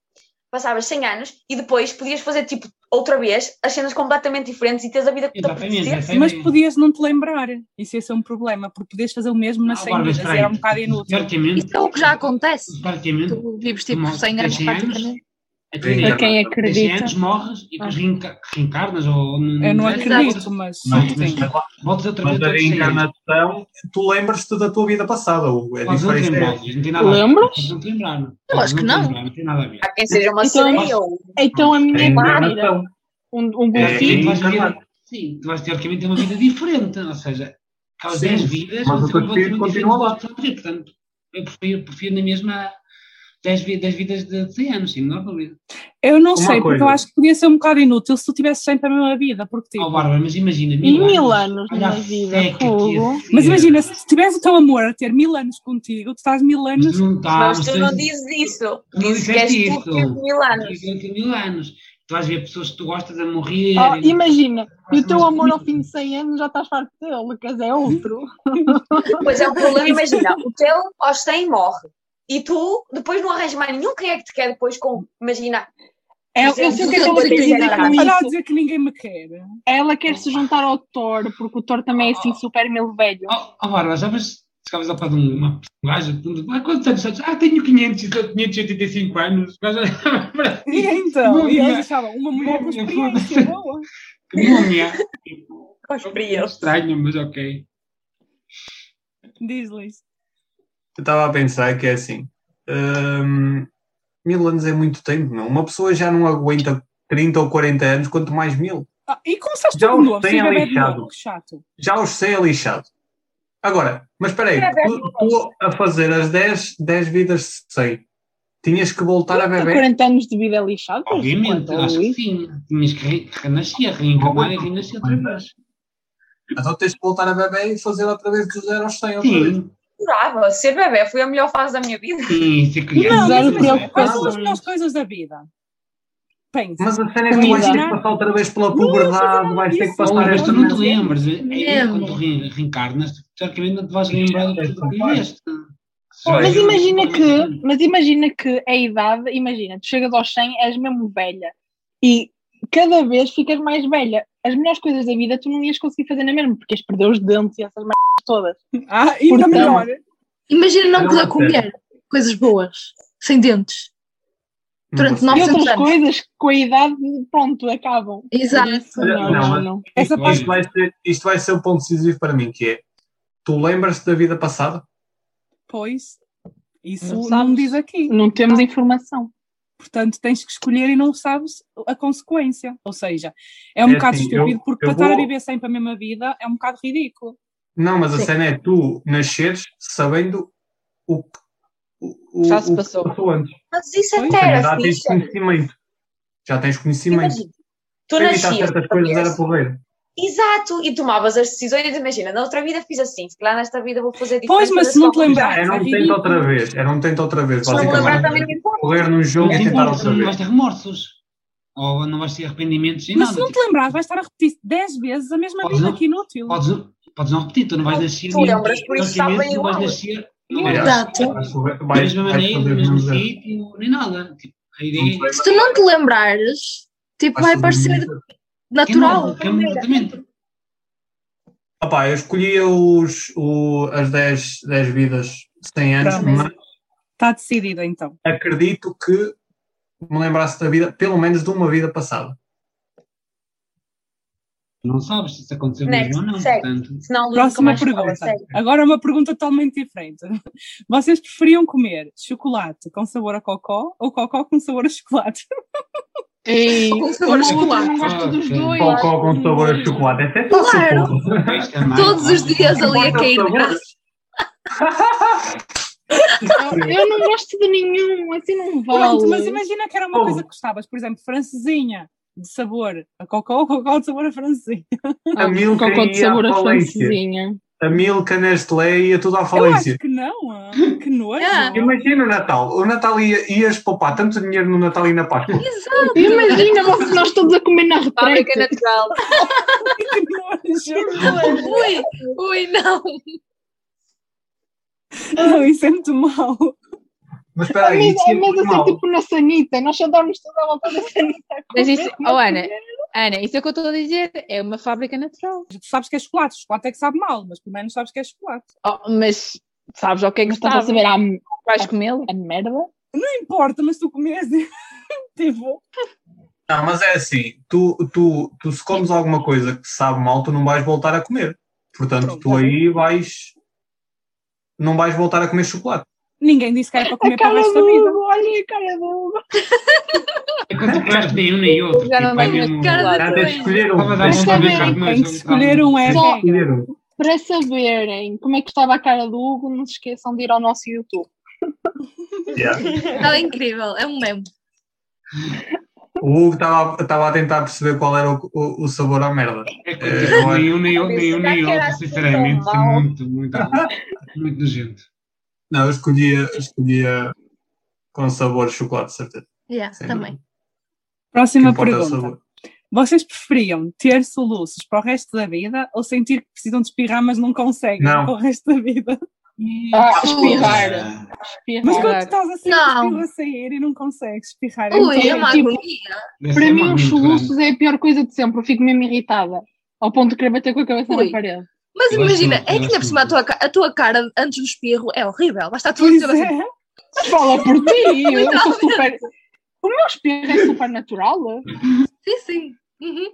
H: Passavas 100 anos e depois podias fazer, tipo, outra vez as cenas completamente diferentes e teres a vida que te
D: Exatamente,
H: apetecia.
D: essa
B: Mas
D: é-
B: podias não te lembrar. Isso ia ser um problema, porque podias fazer o mesmo nas
D: Ah,
B: 100
D: Bárbara,
B: vidas.
D: espera aí.
B: Era um bocado inútil.
D: Teoricamente,
C: Isso é o que já acontece.
D: teoricamente,
C: Tu vives
D: Uma-
C: tipo 100
D: tens
C: anos
D: 100 anos?
C: praticamente.
D: É tu
F: Reencarna.
G: A quem
F: Não,
D: tens 100
G: acredita.
D: anos, morres e depois reenca- reencarnas ou...
B: Eu não
D: Exato.
B: acredito, mas.
F: Mas,
B: sim.
D: Voltas outra vez
F: mas a
D: todos 100 anos.
F: reencarnação, tu lembras-te da tua vida passada. Hugo. É
D: Podes não te
F: diferente.
D: lembrar,
F: é-
D: não tem nada a ver.
G: Lembras?
D: Podes não te lembrar. Não,
E: acho que
D: te
E: não.
D: lembrar, Não tem nada a ver.
H: Há quem seja uma
G: Então,
H: sereia ou
G: Então a minha
F: É
G: mentira.
F: encarnação.
G: Um, um
D: Sim,
F: É,
D: tu
G: golfinho.
D: vais viver,
F: encarnar.
D: sim, tu vais teoricamente ter uma vida diferente, ou seja, aquelas
F: Sim,
D: 10 vidas
F: mas
D: vão
F: o
D: ser
F: teu
D: completamente
F: espírito continua lá.
D: diferentes da outra, portanto, eu prefiro, prefiro na mesma 10, vi- 10 vidas de 100 anos, sem menor dúvida.
B: Eu não
F: Uma
B: sei, porque
F: coisa.
B: eu acho que podia ser um bocado inútil se tu tivesse sempre a mesma vida, porque tipo.
D: Ó Oh, Bárbara, mas imagina,
G: E
D: mil,
G: mil anos
D: olha
G: na
D: a
G: vida,
D: seca que ia
G: fogo.
D: ser.
B: Mas imagina, se tu tiveres o teu amor a ter mil anos contigo, tu estás mil
D: Mas
B: anos.
D: tu não tá,
H: Mas
D: mas
H: tu
D: tens-
H: não dizes isso.
D: Tu não
H: Dizes que és
D: disseste
H: tu que tens
D: isso.
H: mil anos.
D: 50 mil anos. Tu vais ver pessoas que tu gostas a morrer.
G: Oh,
D: e-
G: imagina, e o teu amor ao fim de 100 anos já estás farto dele, Lucas, é outro.
H: Pois é um problema, imagina, o teu aos 100 morre. E tu depois não arranjas mais nenhum. Quem é que te quer depois com. Imagina,
G: É,
H: Mas é
G: eu sei o que
H: outro
G: é que ela
H: que
G: quer
H: eu
G: dizer
H: quero
G: com
B: Olha a
G: isso.
B: dizer que ninguém me quer.
G: Ela quer se juntar ao Thor, porque o Thor também é assim super mil velho.
D: Oh, oh Bárbara, já vais. Chegavas ao pé de um- uma gajo, ah, quantos anos tens? Ah, tenho 500, e tô- 585 anos. Mas,
B: E então? E
D: Múmia.
B: eles achavam, uma mulher com
D: Múmia,
B: experiência boa.
D: que múmia. Tipo,
H: com experiência.
D: Estranho, mas ok.
B: Diz-lhes.
F: Eu estava a pensar que é assim. hum, mil anos é muito tempo, não? Uma pessoa já não aguenta 30 ou 40 anos, quanto mais mil.
B: Ah, e começaste
F: Já
B: tudo
F: os
B: novo,
F: têm
B: sem bebê de
F: aleijado.
B: novo, que chato.
F: Já os sei é lixado. Agora, mas espera aí, tu, tu a fazer as 10, 10 vidas de 100, tinhas que voltar a beber.
G: 40 anos de vida é lixado,
F: Oh,
G: por
D: Obviamente,
G: enquanto,
D: acho que
G: Luís.
D: sim. Tinhas que re- renascer, reencarnar e renascer outra vez.
F: Então tens que voltar a beber e fazer outra vez do zero aos 100. outra vez.
D: Sim,
H: Adorava. Ser bebê foi a melhor fase da minha vida.
D: sim, ser
B: Não,
D: criança.
G: Zero
D: mas é.
G: tempo.
B: Quais são
F: nada.
B: as melhores coisas da vida? Pensa.
F: Mas a cena é que tu vais ter que
B: Comida.
F: passar outra vez pela
B: não
F: puberdade, vais ter que
B: disso.
D: Oh,
F: passar
D: mas tu
F: esta
D: não te
F: merda.
D: lembras. É- é
E: Lembro.
D: Quando tu re- reencarnas, teoricamente não te vais lembrar de tudo que viveste.
G: Mas imagina que, mas imagina que a idade, imagina, tu chegas aos 100, és mesmo velha. E cada vez ficas mais velha. As melhores coisas da vida tu não ias conseguir fazer na mesma, porque ias perder os dentes e essas merdas todas.
B: Ah, ainda
G: Portanto,
B: melhor.
C: Imagina não
F: Não,
C: poder
F: não
C: comer coisas boas, sem dentes. Durante
F: Não
G: E
C: 900
G: outras
C: anos.
G: coisas que com a idade, pronto, acabam.
C: Exato.
G: Não,
F: Não, mas-
G: não.
B: Essa
D: Pois.
B: parte.
F: Isto vai, ser, isto vai ser o ponto decisivo para mim, que é tu lembras-te da vida passada?
B: Pois, isso
E: Não
B: não,
E: sabes.
B: diz aqui.
G: Não temos informação.
B: Portanto, tens que escolher e não sabes a consequência. Ou seja, é um
F: É
B: bocado
F: assim,
B: estúpido,
F: eu-
B: porque
F: eu
B: para estar a
F: vou-
B: viver sempre a mesma vida é um bocado ridículo.
F: Não, mas a cena é tu nasceres sabendo o que o, o,
E: Já se
F: o que
E: passou.
F: antes.
H: Mas isso é
B: Pois,
H: até
F: Também
H: era
F: já tens
H: fixe.
F: conhecimento. Já tens conhecimento.
H: Imagina, tu
F: Para evitar
H: nascias.
F: certas coisas
H: sabias?
F: era porreiro.
H: Exato, e tomavas as decisões. Imagina, na outra vida fiz assim, se calhar nesta vida vou fazer diferente.
B: Pois, mas
H: fazer
B: se não
H: só
B: te
H: uma-
B: lembrar,
F: Era
B: é
F: um tento
B: ridículo.
F: outra vez. Era um tento outra vez,
H: Se não me lembrar também
F: basicamente.
H: não importa.
F: Correr num jogo e
D: Não,
F: tentar
D: importa,
F: outra
D: não
F: vez.
D: vais ter remorsos. Ou não vais ter arrependimentos nem
B: Mas se
D: nada. tipo,
B: não te lembrar, vais estar a repetir 10 vezes a mesma
D: Podes
B: vida,
D: não-
B: que inútil.
D: Podes, podes não repetir, tu não vais nascer.
H: Tu lembras, por isso
D: teoricamente,
H: estava
D: Não vais
H: igual.
D: nascer. Não vais
F: Yeah.
D: nascer
C: Exato.
F: Vais correr-
D: da
F: vais-
D: mesma
F: vais
D: maneira,
F: fazer
D: no é mesmo assim,
F: mesmo zero.
D: sítio, nem nada. Tipo, a ideia
F: Não
D: é.
F: sei.
C: Se tu não te lembrares, tipo,
F: Vais
C: vai
F: fazer
C: parecer
F: mesmo zero.
C: natural.
D: Que é um tratamento.
F: Opá, eu escolhia os, o- as 10, 10 vidas 100 anos,
B: Pronto.
F: mas
B: Está decidido então.
F: acredito que me lembrasse da vida, pelo menos de uma vida passada.
D: Não sabes se isso aconteceu
H: Next,
D: mesmo ou não.
H: segue.
D: Portanto,
H: Senão, Luís, nunca
B: Próxima
H: mais fala,
B: pergunta.
H: sério.
B: Agora uma pergunta totalmente diferente. Vocês preferiam comer chocolate com sabor a cocó ou cocó com sabor a chocolate?
G: E
C: Com sabor a chocolate.
G: não gosto
F: Ah,
G: dos
D: Ok.
G: dois.
F: Cocó com sabor a chocolate. É sempre
C: Claro.
F: fácil, pô.
D: isto também,
C: Todos os
D: é
C: dias ali a
F: Importa
C: cair
F: os
C: de graça.
G: Ah, Eu não gosto de nenhum, assim não vale.
B: Pronto, mas imagina que era uma
F: Oh.
B: coisa que gostavas, por exemplo, francesinha de sabor a cocó ou cocó de sabor a francesinha.
F: A
G: Um
F: Milka
G: cocô de
F: e a
G: sabor a
F: falência.
G: francesinha.
F: A Milka, a Nestlé ia tudo à
B: Eu acho
F: falência.
B: que não, ah, que nojo.
C: Ah.
F: Imagina o Natal. O Natal ia, ias poupar tanto dinheiro no Natal e na Páscoa.
G: Imagina vocês nós todos a comer na
E: Fábrica
G: retreta.
E: natural.
B: Que nojo.
C: Ui, ui, não.
B: Não, isso é muito mau.
F: Mas
G: A
F: espera aí,
G: mesa,
F: isso
G: a
F: é
G: mesa assim,
F: mal.
G: tipo na sanita. Nós sentávamos toda a volta da sanita. a
E: Mas isso,
G: comer.
E: oh, Ana, Ana, isso é o que eu estou a dizer. É uma fábrica natural.
B: Tu sabes que é chocolate, chocolate é que sabe mal, mas pelo menos sabes que é chocolate.
E: Oh, mas sabes ao que é que
G: Mas estás a
B: ah,
E: está?
B: tá.
G: saber à,
E: Vais comê-lo?
G: à merda?
B: não importa, mas tu comes. tipo,
F: Não, mas é assim, tu, tu, tu se comes alguma coisa que te sabe mal, tu não vais voltar a comer. Portanto, tu aí vais. Não vais voltar a comer chocolate.
B: ninguém disse que era para comer
G: a
B: para o
G: cara
B: resto
G: do
B: da vida.
G: Hugo, olha a cara do Hugo.
D: É que eu não gosto nem um nem outro.
E: Já não
D: tipo, é
E: tenho
D: mesmo-
E: cara de
F: Nada de escolher um.
D: Estava a
B: é
D: dar
G: Mas
D: vontade de
G: também
D: ver com
B: Tem que
D: as
B: escolher um é
G: Só-
B: vegan.
F: Escolher um.
G: Para saberem como é que estava a cara do Hugo, não se esqueçam de ir ao nosso YouTube.
F: Yeah.
C: Ela é incrível, é um meme.
F: O Hugo estava estava a tentar perceber qual era o, o, o sabor à merda.
D: É que eu digo, nem um nem outro, nem um nem
H: Será que era
D: outro,
H: assim tão
D: sinceramente,
H: mau?
D: muito, muito, muito nojento.
F: Não, eu escolhia, eu escolhia com sabor de chocolate, certeza.
C: Yeah,
F: Sim.
C: também.
B: Próxima
F: Que importa é o
B: pergunta.
F: sabor.
B: Vocês preferiam ter soluços para o resto da vida ou sentir que precisam de espirrar, mas não conseguem
F: Não.
B: para o resto da vida?
G: Ah, espirrar.
D: Ah,
G: espirrar.
B: Mas quando tu estás assim,
C: Não.
B: espirra a sair e não consegues espirrar. é muito
C: Ui, é uma
B: horrível.
C: agonia.
D: deve ser
G: Para mim,
D: uma
G: os
D: muito
G: soluços é a pior coisa de sempre. Eu fico mesmo irritada. Ao ponto de querer bater com a cabeça
C: Ui.
G: na parede.
C: Mas
D: Eu acho
C: imagina,
D: muito,
C: é
D: eu
C: que
D: acho
C: ainda por cima a
D: muito.
C: tua, ca- a tua cara antes do espirro é horrível. Basta tu
B: Pois
C: dizer
B: é.
C: assim.
G: Fala por ti! eu sou super. O meu espirro é super natural.
C: Sim, sim. Uhum.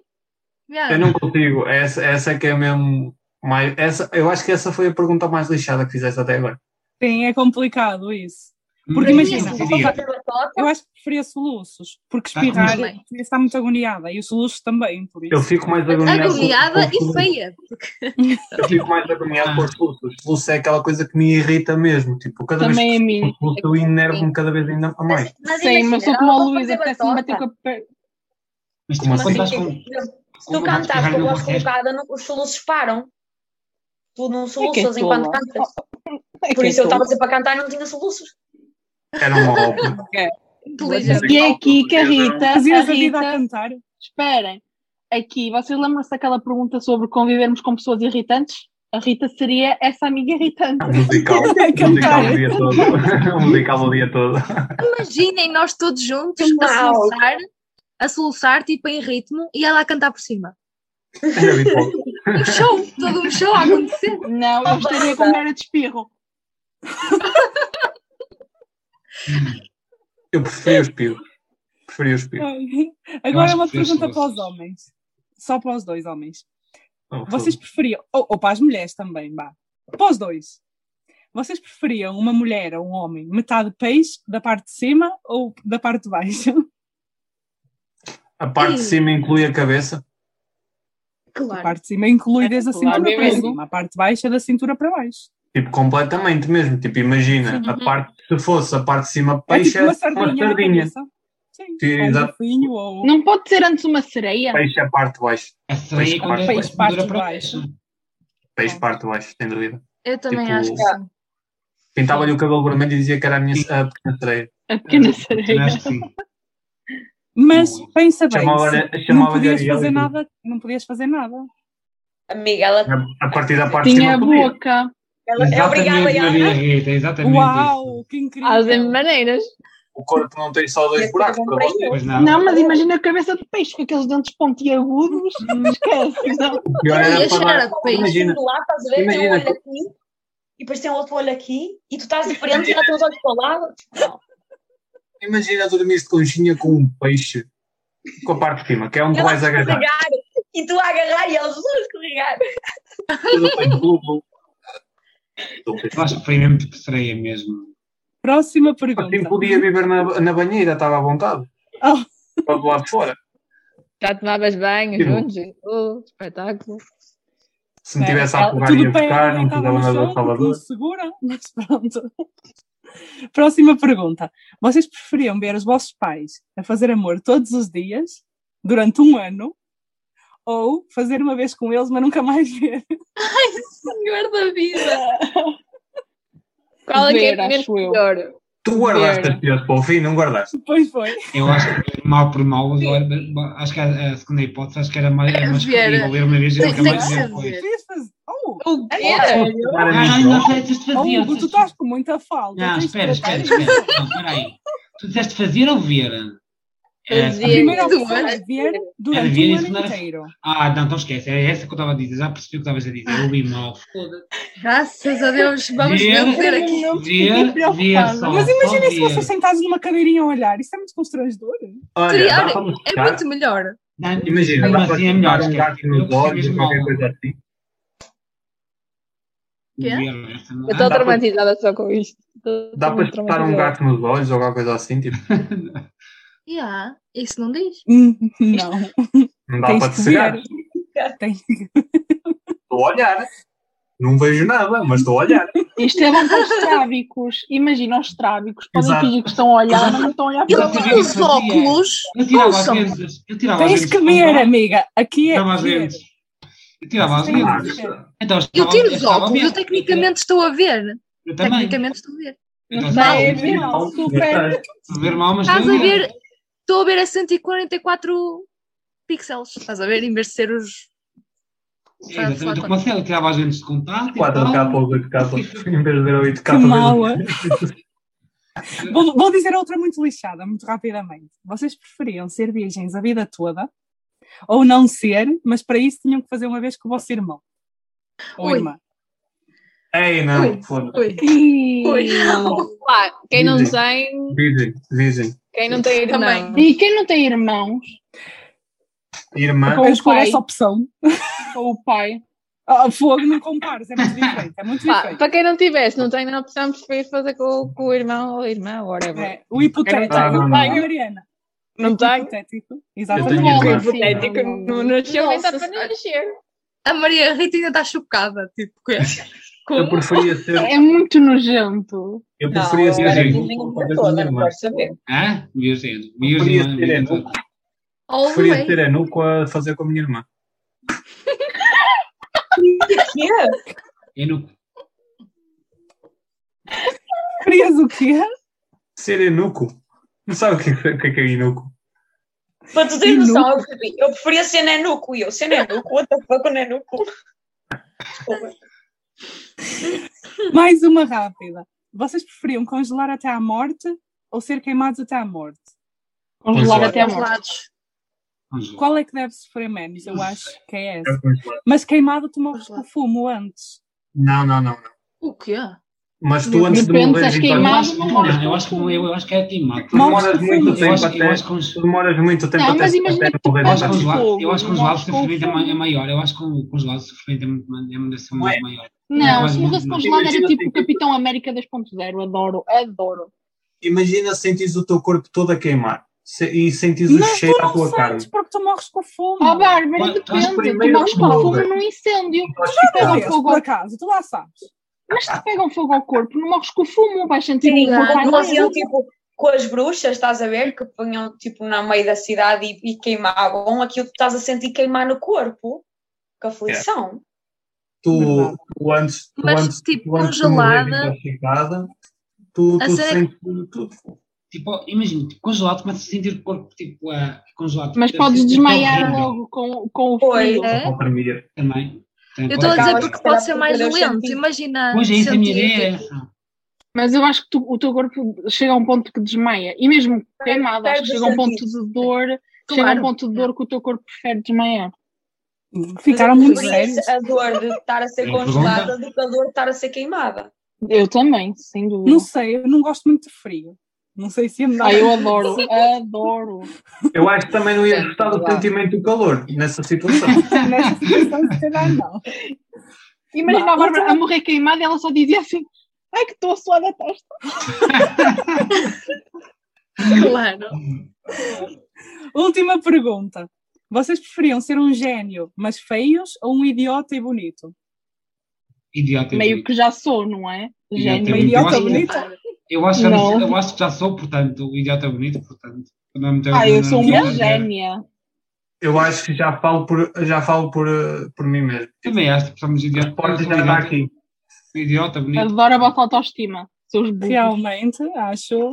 C: Yeah.
F: Eu não consigo. Essa, essa é que é mesmo. Mais, essa, eu acho que essa foi a pergunta mais lixada que fizeste até agora.
B: Sim, é complicado isso.
D: grande.
B: Porque
D: Hum,
B: imagina,
D: eu
B: vou
D: diria.
B: contar- eu acho que preferia soluços, porque
D: Ah, mas-
B: espirrar é- está muito agoniada e os soluços também, por isso.
F: Eu fico mais agoniado. com-
C: Agoniada
F: com
C: e
F: os
C: feia.
F: Eu
D: Tipo,
F: fico mais agoniado com os fluxos. Os fluxos é aquela coisa que me irrita mesmo. Tipo, cada
G: Também é a
F: vez que
G: mim.
F: eu fluxo, eu enervo-me cada vez ainda mais.
G: Sim, mas sou como a Luísa, apetece-me bater com a perna.
D: Mas tipo,
F: Como
D: quando estás
H: assim?
D: com.
H: Se tu cantas com a voz colocada, não- os soluços param. Tu não soluças enquanto
G: tola.
H: cantas. Por isso eu estava a dizer para cantar e não tinha soluços.
F: Era uma ópera.
C: Inteligente.
G: E é aqui que a Rita,
B: Fazias
G: a
B: a vida a
G: Rita,
B: cantar.
G: esperem, aqui, vocês lembram-se daquela pergunta sobre convivermos com pessoas irritantes? A Rita seria essa amiga irritante.
F: um Musical. Um Musical o dia todo. Um Musical o dia todo.
C: Imaginem nós todos juntos a
H: Uau.
C: soluçar, a soluçar, tipo em ritmo, e ela a cantar por cima.
F: Era habitual.
C: Um show, todo um show a acontecer.
G: Não, eu estaria com cara de espirro.
F: Eu preferia os pios. Preferia os pios.
B: Agora é
D: acho
B: uma
D: que prefiro
B: pergunta para os
D: soluços.
B: homens. Só para os dois homens.
F: Não,
B: Vocês preferiam, ou, ou para as mulheres também, vá. Para os dois. Vocês preferiam uma mulher ou um homem metade peixe, da parte de cima ou da parte de baixo?
F: A parte de cima inclui a cabeça.
B: A
C: Claro.
B: parte de cima inclui desde a
G: claro,
B: cintura
G: é
B: para
G: mesmo.
B: cima, a parte de baixo é da cintura para baixo.
F: Tipo, completamente mesmo. Tipo, imagina, a parte, se fosse a parte de cima
B: É
F: peixe,
B: tipo
F: é
B: uma sardinha. na cabeça. Sim,
F: Sim,
B: ou um
F: exato.
B: golfinho, ou...
G: Não pode ser antes uma sereia?
F: Peixe é a parte de baixo.
D: A sereia quando é
B: Fez
D: de
B: parte
D: cintura
B: de
D: para
B: baixo.
D: baixo.
F: Peixe parte de baixo, sem dúvida.
C: Eu também
F: Tipo,
C: acho que sim.
F: Pintava-lhe o cabelo vermelho e dizia que era a minha a pequena sereia.
G: A pequena
D: Eu
G: sereia.
D: acho que sim.
B: Mas pensa bem,
F: Chamava-lhe tipo,
B: se não
F: chamava
B: podias fazer nada, não podias fazer nada.
H: Amiga, ela,
F: A partir da parte de
G: Tinha a
F: cima. podia.
G: boca.
H: ela é obrigada
D: Exatamente,
H: a
D: Maria Rita, exatamente isso.
B: Uau, que incrível!
E: Há sempre
C: Então,
E: maneiras.
F: O corpo não tem só dois
H: Esse
F: buracos
H: é bom
F: para
H: para
F: você.
D: Pois não.
G: Não, mas imagina a cabeça de peixe com aqueles dentes pontiagudos. Esquece. Não.
F: Pior
C: Eu
F: era
C: ia
F: para
C: chorar
F: dar-
C: a peixe.
F: Imagina,
H: Tu lá estás a ver, tem um
F: Imagina.
H: olho aqui e depois tem outro olho aqui e tu estás de frente e ela tem os olhos para o lado. Não.
F: imagina dormir de conchinha com um peixe. Com a parte de cima, que é onde tu
H: Ela
F: vais agarrar.
H: escorregar e tu a agarrar e eles vão escorregar.
F: Depois eu ponho blu, blu.
D: Eu acho que foi mesmo tipo sereia mesmo.
B: Próxima
F: Assim
B: pergunta.
F: podia viver na, na banheira, estava à vontade.
B: Oh.
F: Para do lado de fora.
E: Já tomavas banho
F: Sim.
E: juntos. e tudo, espetáculo.
F: Se me tivesse
B: Ela-
F: a pegar
B: tudo
F: ia
B: bem,
F: buscar,
B: ela
F: não
B: estava
F: precisava
B: no
F: nada
B: chão, tipo,
F: do Salvador.
B: tudo segura, mas pronto. Próxima pergunta. Vocês preferiam ver os vossos pais a fazer amor todos os dias, durante um ano, ou fazer uma vez com eles, mas nunca mais ver?
C: Senhor da vida.
E: Qual é que é
G: Ver,
E: primeiro
G: acho eu.
E: pior?
F: Tu guardaste
G: Merda.
F: as piores para o fim, não guardaste?
B: Depois foi.
D: Eu acho que mal por mal, eu- eu- acho que a, a segunda hipótese acho que era mais, era mais
C: Vera.
D: escolhível. Ler uma vez e
C: Tem-
D: nunca
C: tem
D: mais
C: que
D: ver
C: ser
D: depois.
C: Vera.
B: Querias fazer. Oh,
E: O quê?
D: Caralho, não sei, tu
B: oh,
D: fazias.
B: Hugo, tu Oh, estás com muita falta.
D: Não,
B: tens de
D: espera, espera,
B: tratar.
D: espera. Não, peraí. Tu disseste fazer ou ver? É,
E: Mas
D: a
E: devia-
B: Primeira
C: Duas.
B: opção é ver
D: Era
B: durante
D: ver
B: um
D: isso
B: ano
D: na-
B: inteiro.
D: Ah, não, então esquece. É essa que eu estava a dizer. Já percebi o que estavas a dizer. Eu li mal. Foda-se.
C: Graças a Deus, vamos
D: Ver-
C: mesmo ver aqui.
G: Não
D: Ver,
G: fiquei
D: ver só.
B: Mas imaginem se
D: só ver.
B: vocês sentados numa cadeirinha a olhar. Isso é muito constrangedor.
F: Olha,
C: Seria-
F: dá
C: olha,
F: para nos
C: É
F: tocar?
C: muito melhor.
D: Não,
F: Imagina,
D: mesmo
F: dá para
D: assim é melhor.
F: tirar um gato
D: esquece. Eu
F: nos
D: percebi
F: olhos ou
D: mesmo
F: qualquer
D: mal.
F: coisa assim.
C: Quê?
D: Ver, essa não-
E: Eu estou
F: Dá pra-
E: traumatizada só com isto. Tô
F: Dá para
E: muito
F: espetar um
E: traumatizada.
F: gato nos olhos ou alguma coisa assim, tipo,
C: Yeah, isso não diz.
B: Não.
F: não dá
B: Tens
F: para
B: que
F: te cegar.
B: ver. Tens-
F: Estou a olhar. Não vejo nada, mas estou a olhar.
G: Isto é bom para os trábicos. Imagina os trábicos. Podem
F: Exato.
G: fingir que estão a olhar, mas não estão a olhar
D: Eu
G: para
C: Ele
D: Exato.
G: nada.
C: tinha uns
D: fazia.
F: é.
C: óculos.
F: Tá
D: Eu tirava às
C: Ouçam.
D: vezes. Eu tirava às
B: Tens
D: vezes.
B: é que ver, amiga. Aqui é.
D: Tirava às
B: ver.
D: vezes. Eu tirava às
B: Sim,
F: Ah,
D: vezes.
B: claro.
D: Então,
C: Eu
D: estava-
C: tiro os
D: estava
C: óculos,
D: bem.
C: eu tecnicamente estou a ver.
D: Eu também.
C: Tecnicamente estou a ver.
D: Então, estava
G: Vai
D: bem.
G: haver um super.
D: Ver mal, mas
C: Estás
D: não
C: a
D: é.
C: ver? Estou a ver a 144 pixels. Estás a ver? Em vez de ser os.
D: Sim, exatamente. Eu comecei, eu tirava as lentes de contato. e
F: Quatro
D: tal.
F: capas, oito capas. Em vez de ver oito
B: Que
F: capas.
B: mala. Vou, vou dizer outra muito lixada, muito rapidamente. Vocês preferiam ser virgens a vida toda ou não ser, mas para isso tinham que fazer uma vez com o vosso irmão ou
C: Ui.
B: irmã?
F: Ei,
C: Ui.
F: não, foda-se.
C: Oi.
G: E...
C: Oi.
E: Pá,
C: tá-
E: quem não
F: Dizem.
E: tem,
F: Virgem, virgem.
E: quem não tem irmão.
C: Também.
G: e quem não tem irmãos,
F: Irmã,
B: Vou
G: o
B: escolher
G: pai.
B: essa opção.
G: ou o pai,
B: Ah, fogo, não compares, é muito diferente. É muito
E: Pá,
B: diferente.
E: para quem não tivesse, não tem na opção, preferir fazer com, com o irmão ou a irmã, whatever.
B: É, o hipotético.
F: Ah, não, não.
B: Ai, Mariana.
E: Não
B: O
E: tenho.
B: hipotético.
F: Eu
B: Exatamente.
F: tenho um
G: Não,
F: irmã.
G: sim,
B: É tipo,
E: Hipotético,
G: não,
E: não nasceu, nem
C: Nossa
E: está para
C: Senhora.
E: nascer.
C: A Maria Rita ainda está chocada. Tipo, que é?
F: eu
C: Como?
F: preferia ser.
G: é muito nojento.
F: Eu
E: Não,
F: preferia
E: eu
F: ser.
E: era
F: virgem
E: virgem
F: por
E: a
F: causa
E: vida
F: da
E: toda,
F: minha
E: não
F: irmã.
E: quero saber.
D: Hã? Virgem.
F: Preferia
D: Virgem.
F: ser é
D: virgem.
F: eunuco.
C: All the
F: Preferia
C: way.
E: é
F: ser eunuco a fazer com a minha irmã.
D: Eunuco.
B: Querias o quê?
F: Ser eunuco. Não sabe o que, o que é que é eunuco?
H: Para tu teres noção, eu, percebi, eu preferia ser nenuco. E eu, ser nenuco? What the fuck, o nenuco? Desculpa.
B: Mais uma rápida. Vocês preferiam congelar até à morte ou ser queimados até à morte?
G: Congelar
F: Congelar.
G: até a morte.
D: Vamos lá.
B: Qual é que deve sofrer menos? Eu acho que é essa.
F: É congelar.
B: Mas queimado tomou-vos com fumo antes.
F: Não, não, não. não.
C: O quê?
F: Mas tu antes de
G: Depende,
F: morrer,
G: se és
C: é
F: então,
D: Eu
G: queimado.
D: acho, não, é, eu acho que eu, eu acho que é queimado.
F: tu demoras
B: Morres
F: muito
B: profundas.
D: Eu
F: tempo
D: acho, eu
F: até.
D: acho que cons-
F: Tu demoras muito tempo
G: Não,
F: até,
G: mas imagina
F: até
G: que
F: morrer.
G: tu
D: eu acho que
G: fazes-
F: Mas-
D: congelado, eu acho que congelado o
G: Morres com
D: sofrimento é ma-
G: fome.
D: é maior. Eu acho que o congelado o sofrimento é muito ma- é uma deve ser muito maior.
G: Não,
D: Mas
G: se morresse
D: não-
G: congelado era
F: Imagina
G: tipo
F: assim,
G: o Capitão América 2.0. Adoro, adoro.
F: Imagina sentires o teu corpo todo a queimar Se- e sentires o
B: Mas tu
F: cheiro à
B: não
F: tua carne.
B: sentes porque tu morres com fumo.
G: Ó, Bárbara,
D: Mas- mas
G: depende. Tu
F: primeiro
G: morres com
F: morre.
G: fumo num incêndio.
F: Nós
B: Não
F: ficamos-
B: és, por acaso, tu lá sabes.
G: Mas se te pegam fogo ao corpo, não morres com fumo. Vais sentir
H: Sim,
G: um fogo
H: como
G: à
H: faziam
G: noite.
H: tipo com as bruxas, estás a ver? Que punham tipo na meio da cidade e, e queimavam aquilo que estás a sentir queimar no corpo. Que aflição.
F: tu, tu antes, tu
C: Mas,
F: antes,
C: tipo,
F: tu antes de
C: congelada.
F: morrer intoxicada, tu,
C: A
F: tu
C: cena é
F: sentes tu, tu-
D: Tipo, imagina, tipo, congelado, começa a sentir o corpo tipo a congelado.
G: Mas
D: Deve
G: podes
D: ser tipo
G: desmaiar
D: horrível
G: logo com, com o
H: Pois,
G: frio.
C: é.
F: a comprimir.
D: Também. Tem
C: Eu estou a dizer
H: Acabas
C: porque
H: de falar
C: pode ser
H: porque
C: mais
H: eu
C: lento.
H: senti.
C: Imagina.
D: Pois é, isso é a minha
C: sentir,
D: ideia.
C: tipo,
D: essa.
G: Mas eu acho que tu- o teu corpo chega a um ponto que desmaia. E mesmo queimado, acho que
H: perde
G: chega a um
H: os
G: ponto de dor. Chega a
C: Claro.
G: um ponto de dor que o teu corpo prefere desmaiar.
B: Ficaram
H: Mas eu
B: muito
H: preferia
B: sérios.
H: A dor de estar a ser
D: Sim,
H: congelada do que a dor de estar a ser queimada.
G: Eu também, sem dúvida.
B: Não sei, eu não gosto muito de frio. Não sei se é melhor.
G: Ah, eu adoro, adoro.
F: Eu acho que também não ia gostar do
E: Claro.
F: sentimento do calor nessa situação.
B: Nessa situação, se calhar não.
G: Imagina a
B: Mas-
G: Bárbara a morrer queimada e ela só dizia assim: Ai, que estou a suar a testa.
C: Claro.
B: Última pergunta. Vocês preferiam ser um gênio, mas feios, ou um idiota e bonito?
D: Idiota. eu
G: Meio
D: digo.
G: que já sou, não é?
D: Idiota
B: Um
G: Gênio.
D: bonito.
B: idiota
D: acho que-
B: bonito?
D: Eu acho, que já não-
G: Não.
D: eu acho que já sou, portanto, o idiota bonito, portanto. Não é muito-
G: Ah, eu sou
D: não é
G: uma
D: muito-
G: gênia.
F: Eu acho que já falo por, já falo por, eh, por mim mesmo.
D: Também acho que somos
F: A
D: idiotas.
F: resposta já está aqui.
D: Idiota bonito.
G: Adoro a vossa autoestima. Seus burros.
B: Realmente, acho.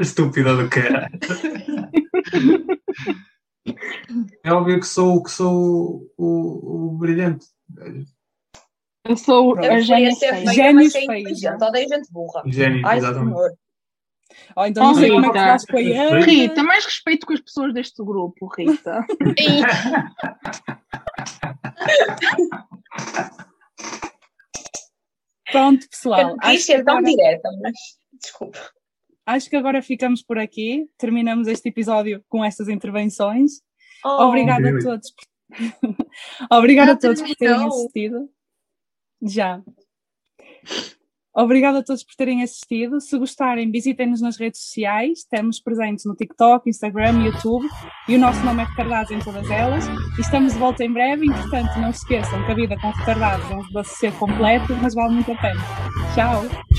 F: Estúpida do que era. É óbvio que sou, que sou o, o brilhante.
G: Eu sou
H: Eu
G: a
H: preferia
G: gênia.
H: ser
G: feia.
H: feia, mas é
B: Génios
H: ser
B: feios, né?
H: inteligente. Odeio gente burra.
F: Gênio,
H: Ai,
F: exatamente.
H: senhor.
B: Ou então não
G: Oh,
B: sei como é que
G: Rita.
B: faz com a Ana.
G: Rita, mais respeito com as pessoas deste grupo, Rita.
B: Pronto, pessoal. Acho
H: Isto
B: que,
H: é
G: então
H: tão
B: agora,
H: direta, mas desculpa.
B: acho que agora ficamos por aqui. Terminamos este episódio com estas intervenções.
H: Oh,
B: Obrigada a
F: Deus.
B: todos. por- Obrigada
C: Já
B: a todos por terem
C: terminou?
B: assistido. Já. Obrigada a todos por terem assistido. Se gostarem, visitem-nos nas redes sociais. Estamos presentes no TikTok, Instagram, YouTube e o nosso nome é Retardados em todas elas. E estamos de volta em breve. Entretanto, não se esqueçam que a vida com retardados é um doce ser completo, mas vale muito a pena. Tchau!